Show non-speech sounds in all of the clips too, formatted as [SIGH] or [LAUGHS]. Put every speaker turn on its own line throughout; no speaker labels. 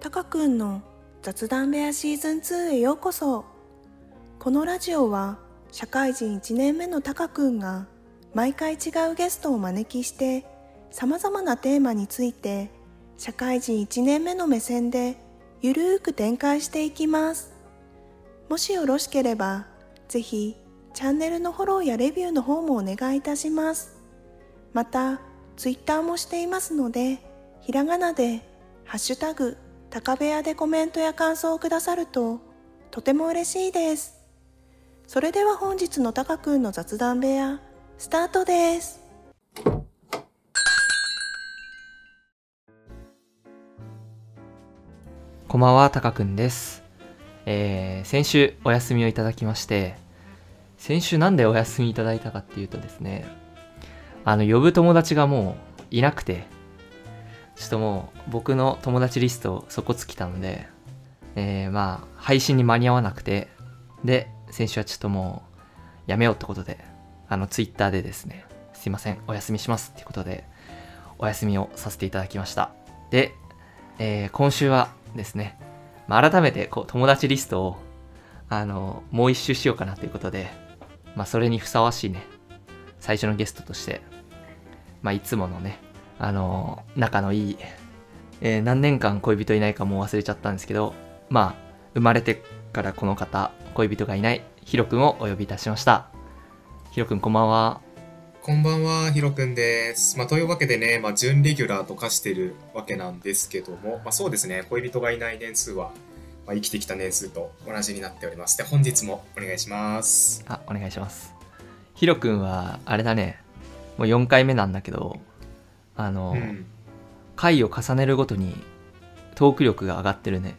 たかくんの雑談部屋シーズン2へようこそこのラジオは社会人1年目のたかくんが毎回違うゲストをお招きしてさまざまなテーマについて社会人1年目の目線でゆるーく展開していきますもしよろしければぜひチャンネルのフォローやレビューの方もお願いいたしますまたツイッターもしていますのでひらがなで「ハッシュタグ高部屋」でコメントや感想をくださるととても嬉しいですそれでは本日のたかくんの雑談部屋スタートです
こんばんは、たかくんです。えー、先週お休みをいただきまして、先週なんでお休みいただいたかっていうとですね、あの、呼ぶ友達がもういなくて、ちょっともう僕の友達リスト底尽きたので、えー、まあ、配信に間に合わなくて、で、先週はちょっともうやめようってことで、あの、ツイッターでですね、すいません、お休みしますっていうことで、お休みをさせていただきました。で、えー今週はですね、まあ、改めてこう友達リストをあのもう一周しようかなということで、まあ、それにふさわしいね最初のゲストとして、まあ、いつものねあの仲のいい、えー何年間恋人いないかもう忘れちゃったんですけどまあ生まれてからこの方恋人がいないヒロくんをお呼びいたしましたヒロくんこんばんは
こんばんは、ひろくんです。まあ、というわけでね、まあ、準レギュラーと化してるわけなんですけども、まあ、そうですね、恋人がいない年数は、まあ、生きてきた年数と同じになっております。で、本日もお願いします。
あお願いしますヒロくんはあれだねもう4回目なんだけどあの、
うん。
回を重ねるごとにトーク力が上がってるね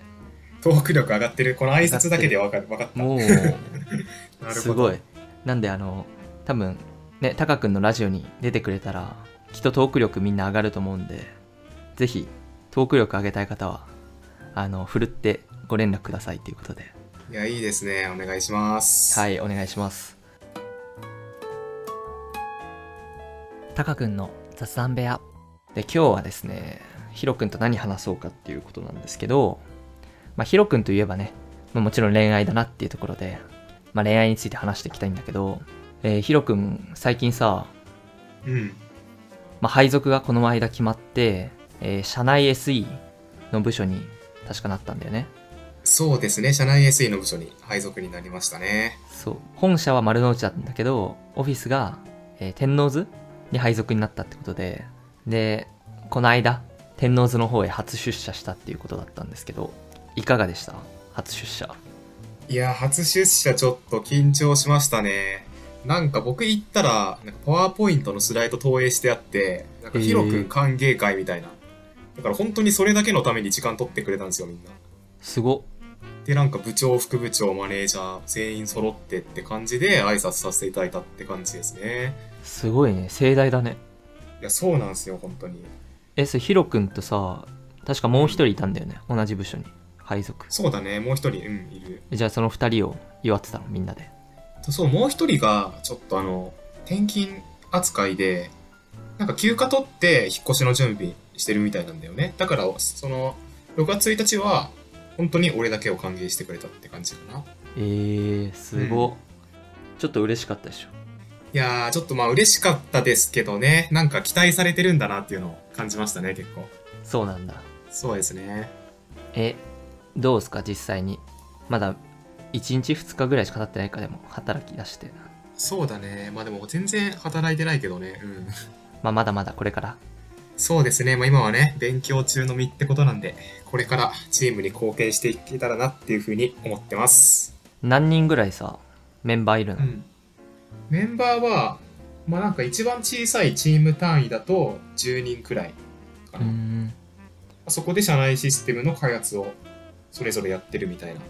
トーク力上がってる。この挨拶だけでわかるわかった。
もう [LAUGHS] すごいなんであの多分ねタカ君のラジオに出てくれたらきっとトーク力みんな上がると思うんでぜひトーク力上げたい方はあのふるってご連絡くださいということで
いや、いいですね。お願いします。。
はいいお願いしますタカ君の雑談部屋で今日はですねヒロ君と何話そうかっていうことなんですけど、まあ、ヒロ君といえばね、まあもちろん恋愛だなっていうところで、まあ、恋愛について話していきたいんだけど、えーヒロ君最近さ、
うん。
まあ、配属がこの間決まって、えー社内 SE の部署に確かなったんだよね
そうですね、社内 SE の部署に配属になりましたね。
そう本社は丸の内だったんだけどオフィスが、えー天王洲に配属になったってことででこの間天王洲の方へ初出社したっていうことだったんですけどいかがでした初出社
いや、初出社ちょっと緊張しましたね。なんか僕行ったら、なんかパワーポイントのスライド投影してあって、なんか
へー
ヒロ君歓迎会みたいな。だから本当にそれだけのために時間取ってくれたんですよ、みんな。
すご
で、なんか部長、副部長、マネージャー、全員揃ってって感じで挨拶させていただいたって感じですね。
すごいね盛大だね
いや、そうなんですよ、本当に。
えそれヒロ君とさ確かもう一人いたんだよね同じ部署に配属
そうだね、もう一人、うん、いる。
じゃあその二人を祝ってたのみんなで
そう、もう一人が、ちょっとあの、転勤扱いで、なんか休暇取って引っ越しの準備してるみたいなんだよね。だから、その、6月1日は、本当に俺だけを歓迎してくれたって感じかな。
えー、すご、
うん
ちょっと嬉しかったでしょ
いやー、ちょっとまあ嬉しかったですけどね、なんか期待されてるんだなっていうのを感じましたね、結構。
そうなんだ
そうですね。
えどうですか実際にまだ1日2日ぐらいしか経ってないかでも働き出して、
そうだね。まあでも全然働いてないけどね。うん。
まあ、まだまだこれから
そうですね、まあ、今はね、勉強中の身ってことなんで、これからチームに貢献していけたらなっていうふうに思ってます。
何人ぐらいさメンバーいるの、
ん。メンバーは、まあなんか一番小さいチーム単位だと10人くらいか
うー
な。
ん
そこで社内システムの開発をそれぞれやってるみたいな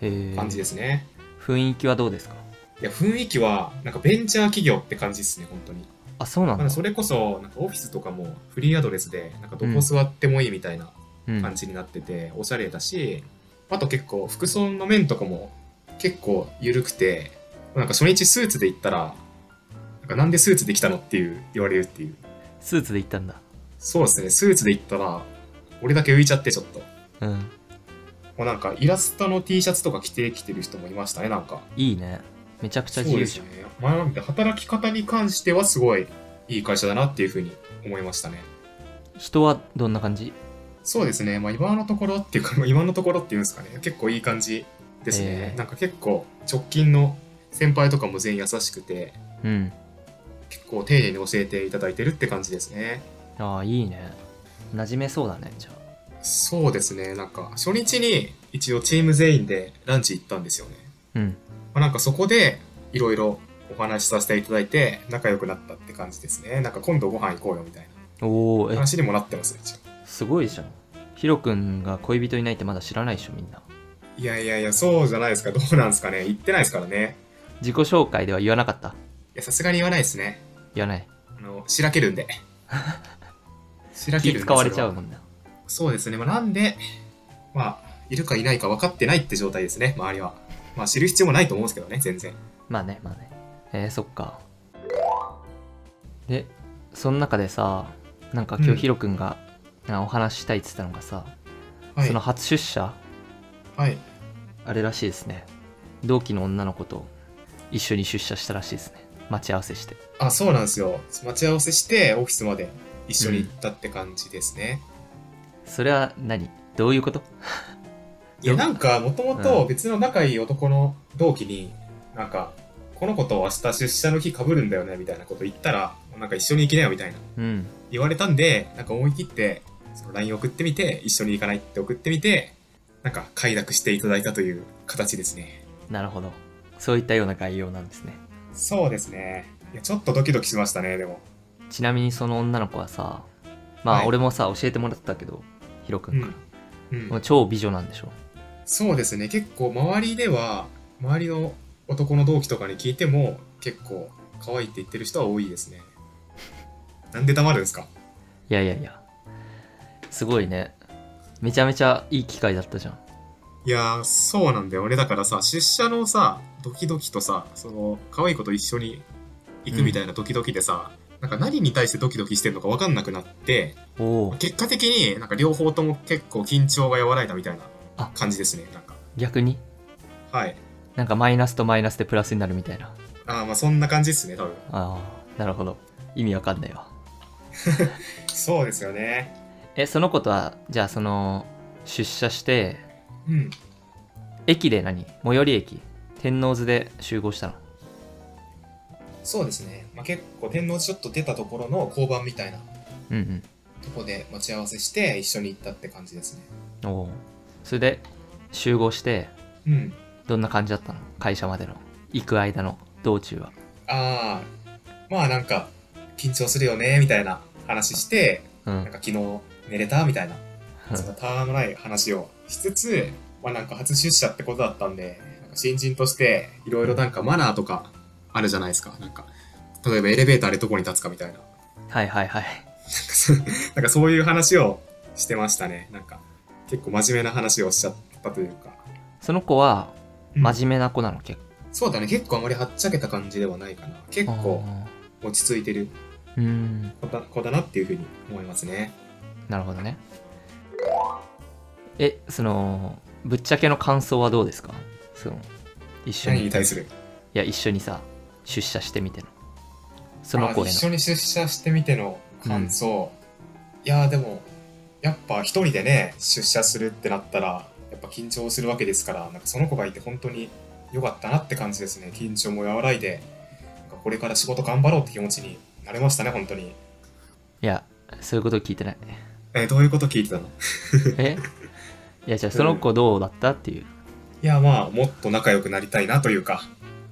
へー
感じですね。
雰囲気はどうですか
いや、雰囲気は、なんかベンチャー企業って感じですね、本当に。
あそうなん
ま
だ、
あ、それこそ、なんかオフィスとかもフリーアドレスで、なんかどこ座ってもいいみたいな
うん
感じになってて、おしゃれだしあと結構服装の面とかも結構緩くてなんか初日スーツで行ったらなんかなんでスーツで来たのっていう言われるっていう
スーツで行ったんだ
そうですねスーツで行ったら俺だけ浮いちゃってちょっと
うん
もうなんかイラストの T シャツとか着てきてる人もいましたね、なんか。
いいねめちゃくち
そ
ゃ
う
自由
で
じ
す
ゃん
ね。前は見て働き方に関してはすごいいい会社だなっていうふうに思いましたね。
人はどんな感じ
そうですね、まあ、今のところっていうか、まあ [LAUGHS] 今のところっていうんですかね、結構いい感じですね。
えー
なんか結構直近の先輩とかも全員優しくて、
うん
結構丁寧に教えていただいてるって感じですね。
ああいいね馴染めそうだねじゃあ
そうですね、なんか初日に一応チーム全員でランチ行ったんですよね。
うん
まあ、なんかそこでいろいろお話しさせていただいて仲良くなったって感じですね。なんか今度ご飯行こうよみたい
おお
な
え
話にもなってますね。一応
すごいじゃんヒロ君が恋人いないってまだ知らないでしょみんない
やいやいや、そうじゃないですか。どうなんですかね。言ってないですからね。
自己紹介では言わなかった
いや、さすがに言わないですね。
言わない
あの、しらけるんで。しらけ
[LAUGHS] 気
るんで。
使われちゃう
そ
も
は
んな
そうですね。まあ、なんで、まあ、いるかいないか分かってないって状態ですね、周りは。まあ、知る必要もないと思うんですけどね、全然。
まあねまあねえー、そっかでその中でさなんか今
うん
日ヒロ君が、あお話ししたいって言ってたのがさ、
はい
その。初出社
はい。
あれらしいですね同期の女の子と一緒に出社したらしいですね待ち合わせして
あ、そうなんですよ。待ち合わせして、オフィスまで一緒に行ったって感じですね。
それは何どういうこと
いや、なんか、もともと別の仲いい男の同期に、なんか、この子と明日出社の日被るんだよね、みたいなこと言ったら、なんか一緒に行きなよ、みたいな。
うん
言われたんで、なんか思い切って、その LINE 送ってみて、一緒に行かないって送ってみて、なんか快諾していただいたという形ですね。
なるほどそういったような概要なんですね
そうですね。いや、ちょっとドキドキしましたね、でも。
ちなみにその女の子はさま
は
あ
い
俺もさ教えてもらったけどヒロ君から、
うん
もう。超美女なんでしょ
そうですね。結構周りでは、周りの男の同期とかに聞いても、結構可愛いって言ってる人は多いですね。なんで黙るんですか
いやいやいやすごいねめちゃめちゃいい機会だったじゃん
いやー、そうなんだよ。俺だからさ、出社のさ、ドキドキとさ、その、可愛い子と一緒に行くみたいなドキドキでさ、なんか何に対してドキドキしてるのか分かんなくなって、
おお
結果的になんか両方とも結構緊張が和らいだみたい
あ
な感じですね。なんか。
逆に
はい。
なんかマイナスとマイナスでプラスになるみたいな
あーまあそんな感じですね、多分。
ああなるほど意味わかんないわ
そうですよね。
えその子とはじゃあその出社して
うん。
駅で何最寄り駅天王洲で集合したの
そうですね。まあ結構天皇ちょっと出たところの交番みたいな
うん
とこで待ち合わせして一緒に行ったって感じですね。
うんおおそれで集合して
うん。
どんな感じだったの会社までの行く間の道中は
ああ、まあなんか、緊張するよね、みたいな話して、
う
なん
ん
か昨日寝れたみたいな、そんなたわのない話をしつつ、まあなんか初出社ってことだったんで、なんか新人として、いろいろなんかマナーとかあるじゃないですか。なんか、例えばエレベーターでどこに立つかみたいな。なんか
[LAUGHS] はいはいはい
そう [LAUGHS] なんかそういう話をしてましたね。なんか、結構真面目な話をしちゃったというか。
その子は
うん
真面目な子なの結
そうだね、結構あまりはっちゃけた感じではないかな。結
構
構落ち着いてる
あーうん
子だ子だなっていうふうに思いますね。
なるほどねえそのぶっちゃけの感想はどうですかその一緒
何
に
に
い
対する
や一緒にさ出社してみてのその
あ
子へ
一緒に出社してみての感想、いやーでもやっぱ一人でね出社するってなったらやっぱ緊張するわけですからなんかその子がいて本当に良かったなって感じですね緊張も和らいでなんかこれから仕事頑張ろうって気持ちになれましたね本当に
のいやそういうこと聞いて
[LAUGHS]
ない
えどういうこと聞いてたの
えいやじゃあその子どうだったっていう
いやまあもっと仲良くなりたいなというか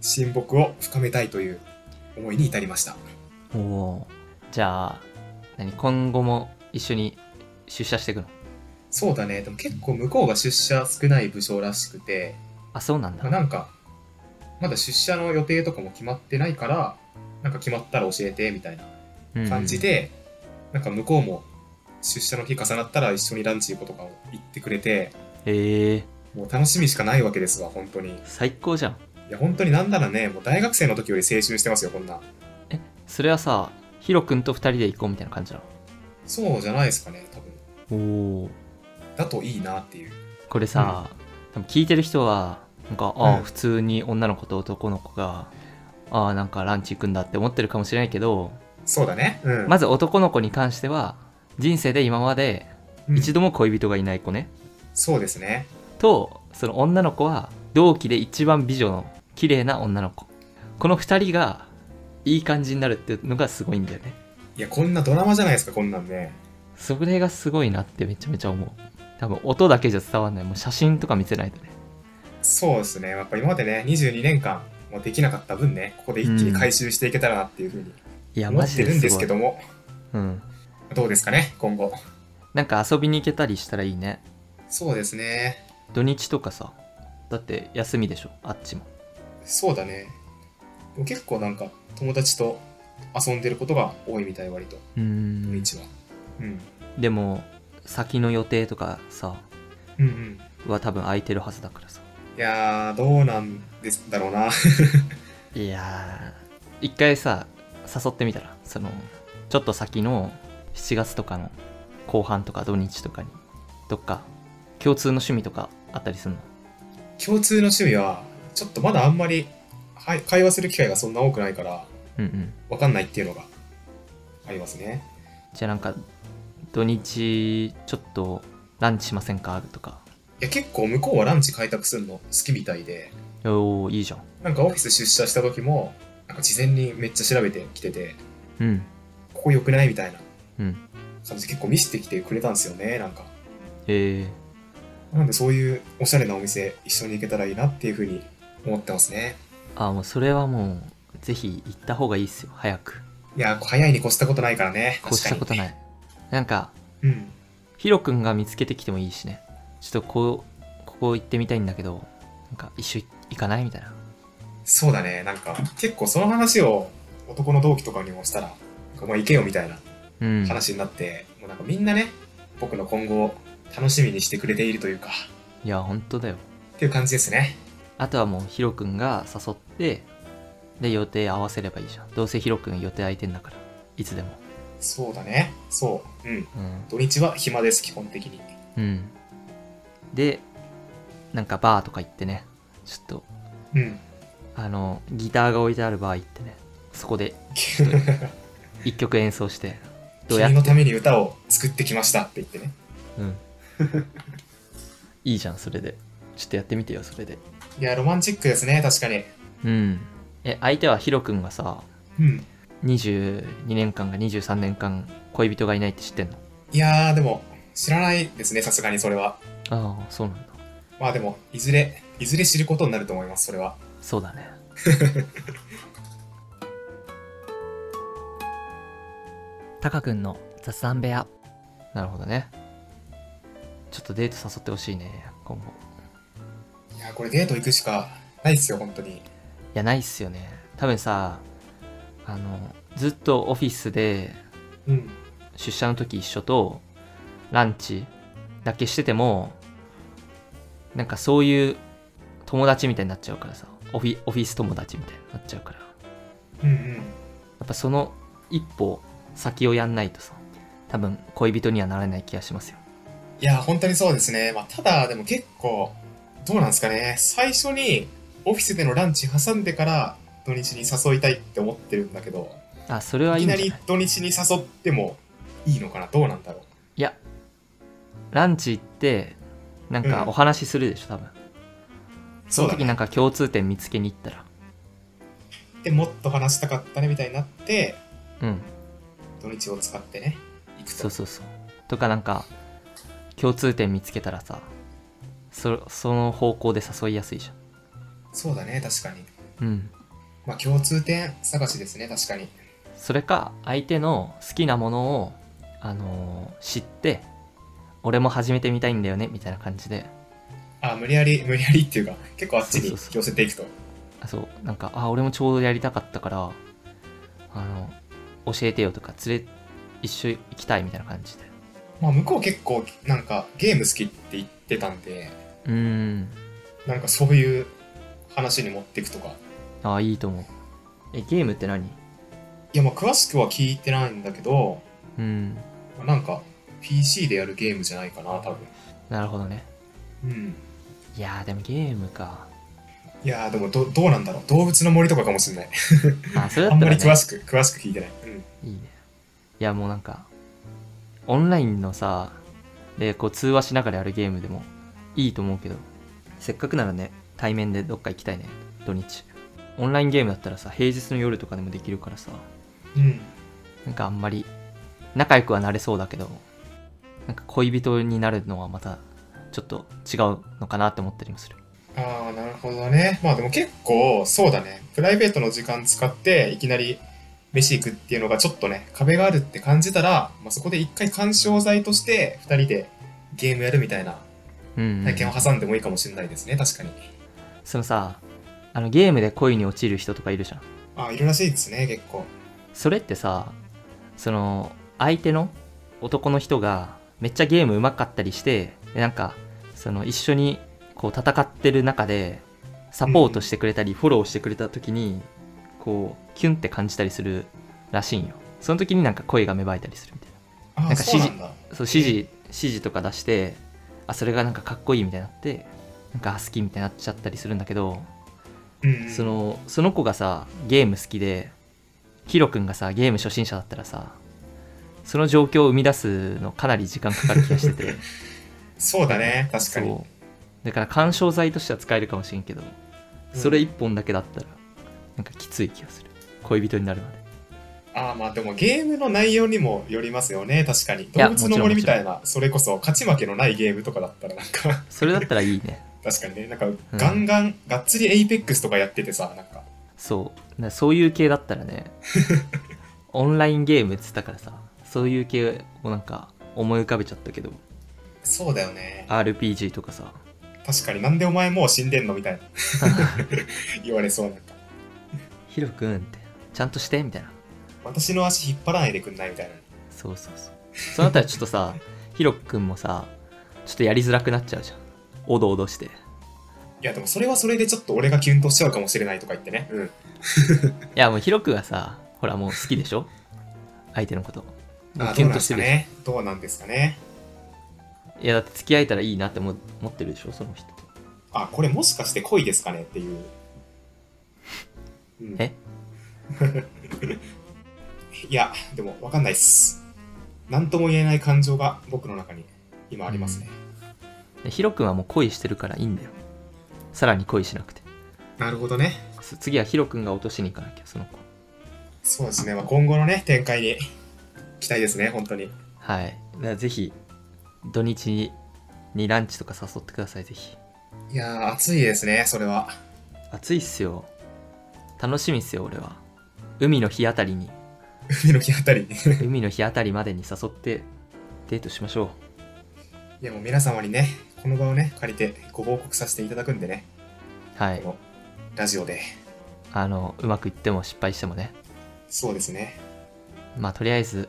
親睦を深めたいという思いに至りました
おおーじゃあ何今後も一緒に出社していくの
そうだねでも結構向こうが出社少ない部署らしくて
あそうなんだ
まあ、なんか、まだ出社の予定とかも決まってないから、なんか決まったら教えてみたいな
うん
感じで、なんか向こうも出社の日重なったら一緒にランチ行こうとかを言ってくれて、
ええー、
もう楽しみしかないわけですわ、本当に。い
最高じゃん
や、本当になんならね、もう大学生の時より青春してますよ、こんな。
それはさヒロ君と二人で行こうみたいな感じな
そうじゃないですかね、多分。
のおお
だといいなっていう。
これさ、多分聞いてる人はなんかああ、
うん
普通に女の子と男の子がああなんかランチ行くんだって思ってるかもしれないけど
そうだね。うん。
まず男の子に関しては人生で今まで
うん
一度も恋人がいない子ね、
そうですね。
とその女の子は同期で一番美女の綺麗な女の子この2人がいい感じになるっていうのがすごいんだよね
いや、こんなドラマじゃないですか、こんなんね。
それがすごいなってめちゃめちゃ思う多分音だけじゃ伝わんないもう写真とか見せないとね
そうですね。やっぱ今までね、22年間もうできなかった分ね、ここで一気に回収していけたらなっていうふうに
いや
思
マ
っ
ジ
て
で
るんです
ご
け
い
ども、
うん
どうですかね、今後。
なんか遊びに行けたりしたらいいね
そうですね。
土日とかさだって休みでしょあっちも
そうだね。でも結構なんか友達と遊んでることが多いみたい、割と、
うーん
土日は。うん。
でも先の予定とかさ
うんうん。
は多分空いてるはずだからさ
いやー、どうなんですだろうな。 [LAUGHS]
いやー一回さ誘ってみたらそのちょっと先の7月とかの後半とか土日とかにどっか共通の趣味とかあったりするの
共通の趣味は、ちょっとまだあんまり、はい、会話する機会がそんな多くないから、
うんうん
わかんないっていうのがありますね。
じゃあなんか土日ちょっとランチしませんかとか
いや、結構向こうはランチ開拓するの好きみたいで、
おおいいじゃん
なんかオフィス出社した時も、なんか事前にめっちゃ調べてきてて、
うん
ここ良くないみたいな
うん
感じで結構見せてきてくれたんですよね、なんか。
えー、
なんでそういうおしゃれなお店一緒に行けたらいいなっていうふうに思ってますね。
あもうそれはもうぜひ行った方がいいっすよ早く
いや、早いに越したことないからね。。
こうしたことないいなんか
うん。
ヒロ君が見つけてきてもいいしねちょっとこうここ行ってみたいんだけどなんか一緒に行かないみたいな
そうだね、なんか結構その話を男の同期とかにもしたら、なんかお前行けよみたいな
うん
話になって、もうなんかみんなね、僕の今後を楽しみにしてくれているというか、
いや本当だよ
っていう感じですね。
あとはもうヒロ君が誘ってで予定合わせればいいじゃんどうせヒロ君予定空いてんだからいつでも
そうだね。そう。うん。
う
土日は暇です、基本的に。
ん、うん、でなんかバーとか行ってねちょっと
[LAUGHS] うん。
あのギターが置いてあるバー行ってねそこで一曲演奏してどうやっ
君のために歌を作ってきましたって言ってね。
うん、いいじゃんそれでちょっとやってみてよそれで
いや、ロマンチックですね、確かに。
うんえ相手はヒロ君がさ
うん。
22年間が23年間恋人がいないって知ってんの
いやー、でも、知らないですね、さすがにそれは。
ああそうなんだ
まあでも、いずれ、いずれ知ることになると思います、それは。
そうだね [LAUGHS] タカ君の雑談部屋なるほどねちょっとデート誘ってほしいね今後
いやー、これデート行くしかないっすよ、本当に。
いやないっすよね多分さあのずっとオフィスで
うん。
出社の時一緒とランチだけしててもなんかそういう友達みたいになっちゃうからさオフィオフィス友達みたいになっちゃうからや
うんうん。
っぱその一歩先をやんないとさ多分恋人にはなれない気がしますよ
いやー、本当にそうですね。まあ、ただ、でも結構、どうなんですかね。最初に、オフィスでのランチ挟んでから、土日に誘いたいって思ってるんだけど、
あそれはいいい
き
んじ
な
ゃない
り土日に誘ってもいいのかなどうなんだろう
いやランチ行ってなんか
うん
お話しするでしょ多分その時
ね
なんか共通点見つけに行ったら
でもっと話したかったねみたいになって
うん
土日を使ってね行く
そう
と
そうそうとかなんか共通点見つけたらさそその方向で誘いやすいじ
そうだね確かに
ゃんうん
まあ共通点探しですね確かに
それか相手の好きなものを、あのー知って俺も始めてみたいんだよねみたいな感じで
あ無理やり無理やりっていうか結構あっちに
そう
寄
そうそう
せていくと
あそうなんかあ俺もちょうどやりたかったからあの教えてよとか連れ一緒行きたいみたいな感じで
まあ向こう結構なんかゲーム好きって言ってたんで
うーん
なんかそういう話に持っていくとか
ああいいと思うえゲームって何
いやまあ詳しくは聞いてないんだけど
うん
まあなんか PC でやるゲームじゃないかな多分
なるほどね
うん
いやーでもゲームか
いやーでもどどうなんだろう動物の森とかかもしれない
あそれ
あ
だっ
ん
た
ま
ら、
り
ね、
詳しく詳しく聞いてない、うん、
いいねいやもうなんかオンラインのさでこう通話しながらやるゲームでもいいと思うけどせっかくならね対面でどっか行きたいね土日オンラインゲームだったらさ平日の夜とかでもできるからさ
うん、
なんかあんまり仲良くはなれそうだけどなんか恋人になるのはまたちょっと違うのかなって思ったりもする
ああなるほどねまあでも結構そうだねプライベートの時間使っていきなり飯行くっていうのがちょっとね壁があるって感じたら、まあ、そこで一回緩衝材として2人でゲームやるみたいな
うん、うん
体、験を挟んでもいいかもしれないですね確かに
そのさあのゲームで恋に落ちる人とかいるじゃん
ああいるらしいですね結構
それってさその相手の男の人がめっちゃゲーム上手かったりしてでなんかその一緒にこう戦ってる中でサポートしてくれたりフォローしてくれた時にこうキュンって感じたりするらしいんよその時になんか恋が芽生えたりするみたい
あ
なん
あ
か
そうなんだ
なそう指示指示とか出してあそれがなんかかっこいいみたいになってなんかあ好きみたいになっちゃったりするんだけど
うんうん
そのその子がさゲーム好きでヒロ君がさゲーム初心者だったらさその状況を生み出すのかなり時間かかる気がしてて
そうだね [LAUGHS] 確かに
そうだから緩衝材としては使えるかもしれんけどそれ一本だけだったらなんかきつい気がする恋人になるまで
ああまあでもゲームの内容にもよりますよね確かに
や
動物の森みたいなそれこそ勝ち負けのないゲームとかだったらなんか [LAUGHS]
それだったらいいね
確かにねなんかガンガン、がっつりエイペックスとかやっててさなんか
そうだからそういう系だったら
[LAUGHS]
ねオンラインゲームっつったからさそういう系をなんか思い浮かべちゃったけど
そうだよね
RPG とかさ
確かになんでお前もう死んでんのみたいな [LAUGHS] 言われそうなんか
ヒロ君ってちゃんとしてみたいな
私の足引っ張らないでくんないみたいな
そうそうそうそのあたりちょっとさヒロ君もさちょっとやりづらくなっちゃうじゃんおどおどしてい
いやでもそれはそれでちょっと俺がキュンとしちゃうかもしれないとか言ってねうん
やもうヒロ君はさほらもう好きでしょ相手のことも
あ
う
ーど
キュ
うな
ン
ん
と
で
し
す
て
か
るでし
ねどうなんですかね
ょいやだって付き合えたらいいなって思思ってるでしょその人と
あこれもしかして恋ですかねっていう、うん
え
いやでも分かんないっす何とも言えない感情が僕の中に今ありますね、
でヒロ君はもう恋してるからいいんだよさらに恋しなくて
なるほどね
そ次はヒロ君が落としに行かなきゃその子
そうですね、まあ、今後のね展開に期待ですね本当に
はいだからぜひ土日ににランチとか誘ってくださいぜひ
いやー暑いですねそれ [LAUGHS] は
暑いっすよ楽しみっすよ俺は海の日あたりに
海の日あたりにい
海の日あたりまでに誘ってデートしましょ
やもう皆様にねこの場をね借りてご報告させていただくんでね
うはい
ラジオで
あのうまくいっても失敗してもね
そうですね
まあとりあえず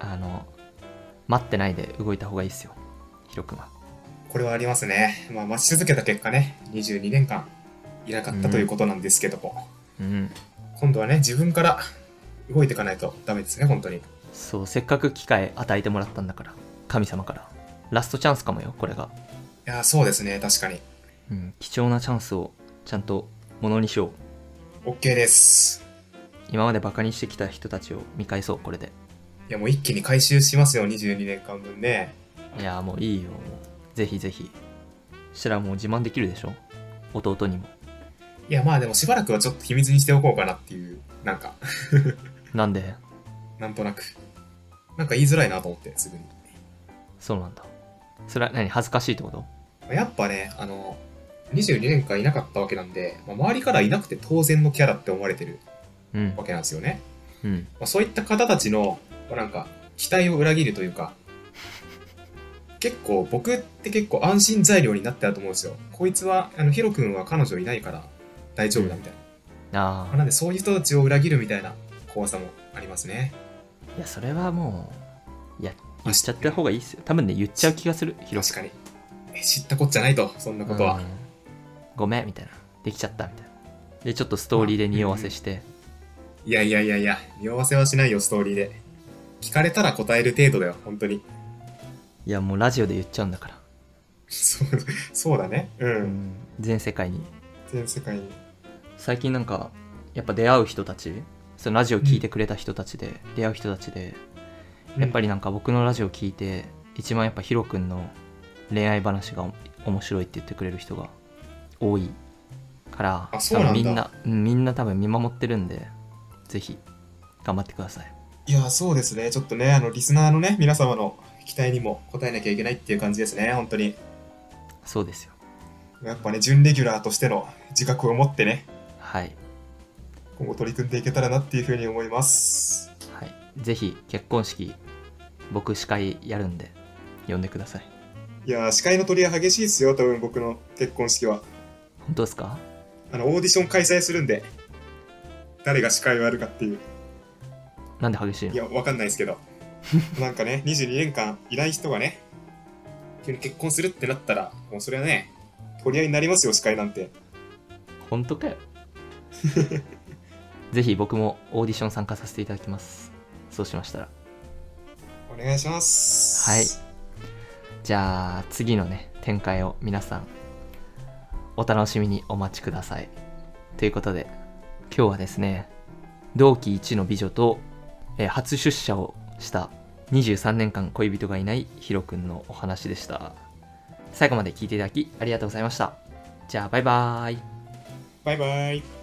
あの待ってないで動いた方がいいっすよヒロ君は
これはありますねまあ待ち続けた結果ね22年間いなかったということなんですけども、
うん
今度はね自分から動いていかないとダメですね本当に
そうせっかく機会与えてもらったんだから神様からラストチャンスかもよこれが、
いやーそうですね確かに
うん、貴重なチャンスをちゃんとものにしよう
OK です
今までバカにしてきた人たちを見返そうこれで
いやもう一気に回収しますよ22年間分ね
いやもういいよもうぜひぜひしたらもう自慢できるでしょ弟にも
いやまあでもしばらくはちょっと秘密にしておこうかなっていうなんか
なんで
なんとなくなんか言いづらいなと思ってすぐに
そうなんだそれは何恥ずかしいってこと
まあやっぱねあの22年間いなかったわけなんで、まあ周りからいなくて当然のキャラって思われてる
うん
わけなんですよね
うん
まあ、そういった方たちの、まあなんか、期待を裏切るというか、結構、僕って結構安心材料になってたと思うんですよ。こいつは、あの、ヒロ君は彼女いないから大丈夫だみたいな。
あ
まあ
あ
なんで、そういう人たちを裏切るみたいな怖さもありますね。
いやそれはもういや言っちゃった方がいいっすよ多分ね言っちゃう気がする広
確かに。え知ったこっちゃないと、そんなことは。
ごめんみたいなできちゃったみたいなでちょっとストーリーで匂わせして、
いやいやいやいや、匂わせはしないよ、ストーリーで。聞かれたら答える程度だよ、本当に。
いやもうラジオで言っちゃうんだから
そうそうだね。う。
うんん全世界に
全世界に。
最近なんかやっぱ出会う人たちそのラジオ聞いてくれた人たちで、出会う人たちでやっぱ
り。
りなんか僕のラジオ聞いて一番やっぱヒロ君の恋愛話が面白いって言ってくれる人が多いから
あそうな
多分
んだ
みんなうんみんな多分見守ってるんでぜひ頑張ってください
いや、そうですね。ちょっとね、あの、リスナーのね、皆様の期待にも応えなきゃいけないっていう感じですね。本当に。
そうですよ
やっぱね、準レギュラーとしての自覚を持ってね、
はい、
今後取り組んでいけたらなっていうふうに思います。
はい、ぜひ結婚式僕司会やるんで呼んでください
いやー、司会の取りは激しいですよ。多分僕の結婚式は。
本当ですか
あの、オーディション開催するんで、誰が司会をやるかっていう。
なんで激しい
い
の
や、わかんないですけど。なんかね、22年間いない人がね、急に結婚するってなったら、もうそれはね、取り合いになりますよ、司会なんて。
本当か
[LAUGHS]
よぜひ僕もオーディション参加させていただきますそうしましたら
お願いします。
はいじゃあ次のね展開を皆さんお楽しみにお待ちくださいということで今日はですね同期1の美女と、えー初出社をした23年間恋人がいないヒロくんのお話でした最後まで聞いていただきありがとうございましたじゃあバイバーイ
バイバイ。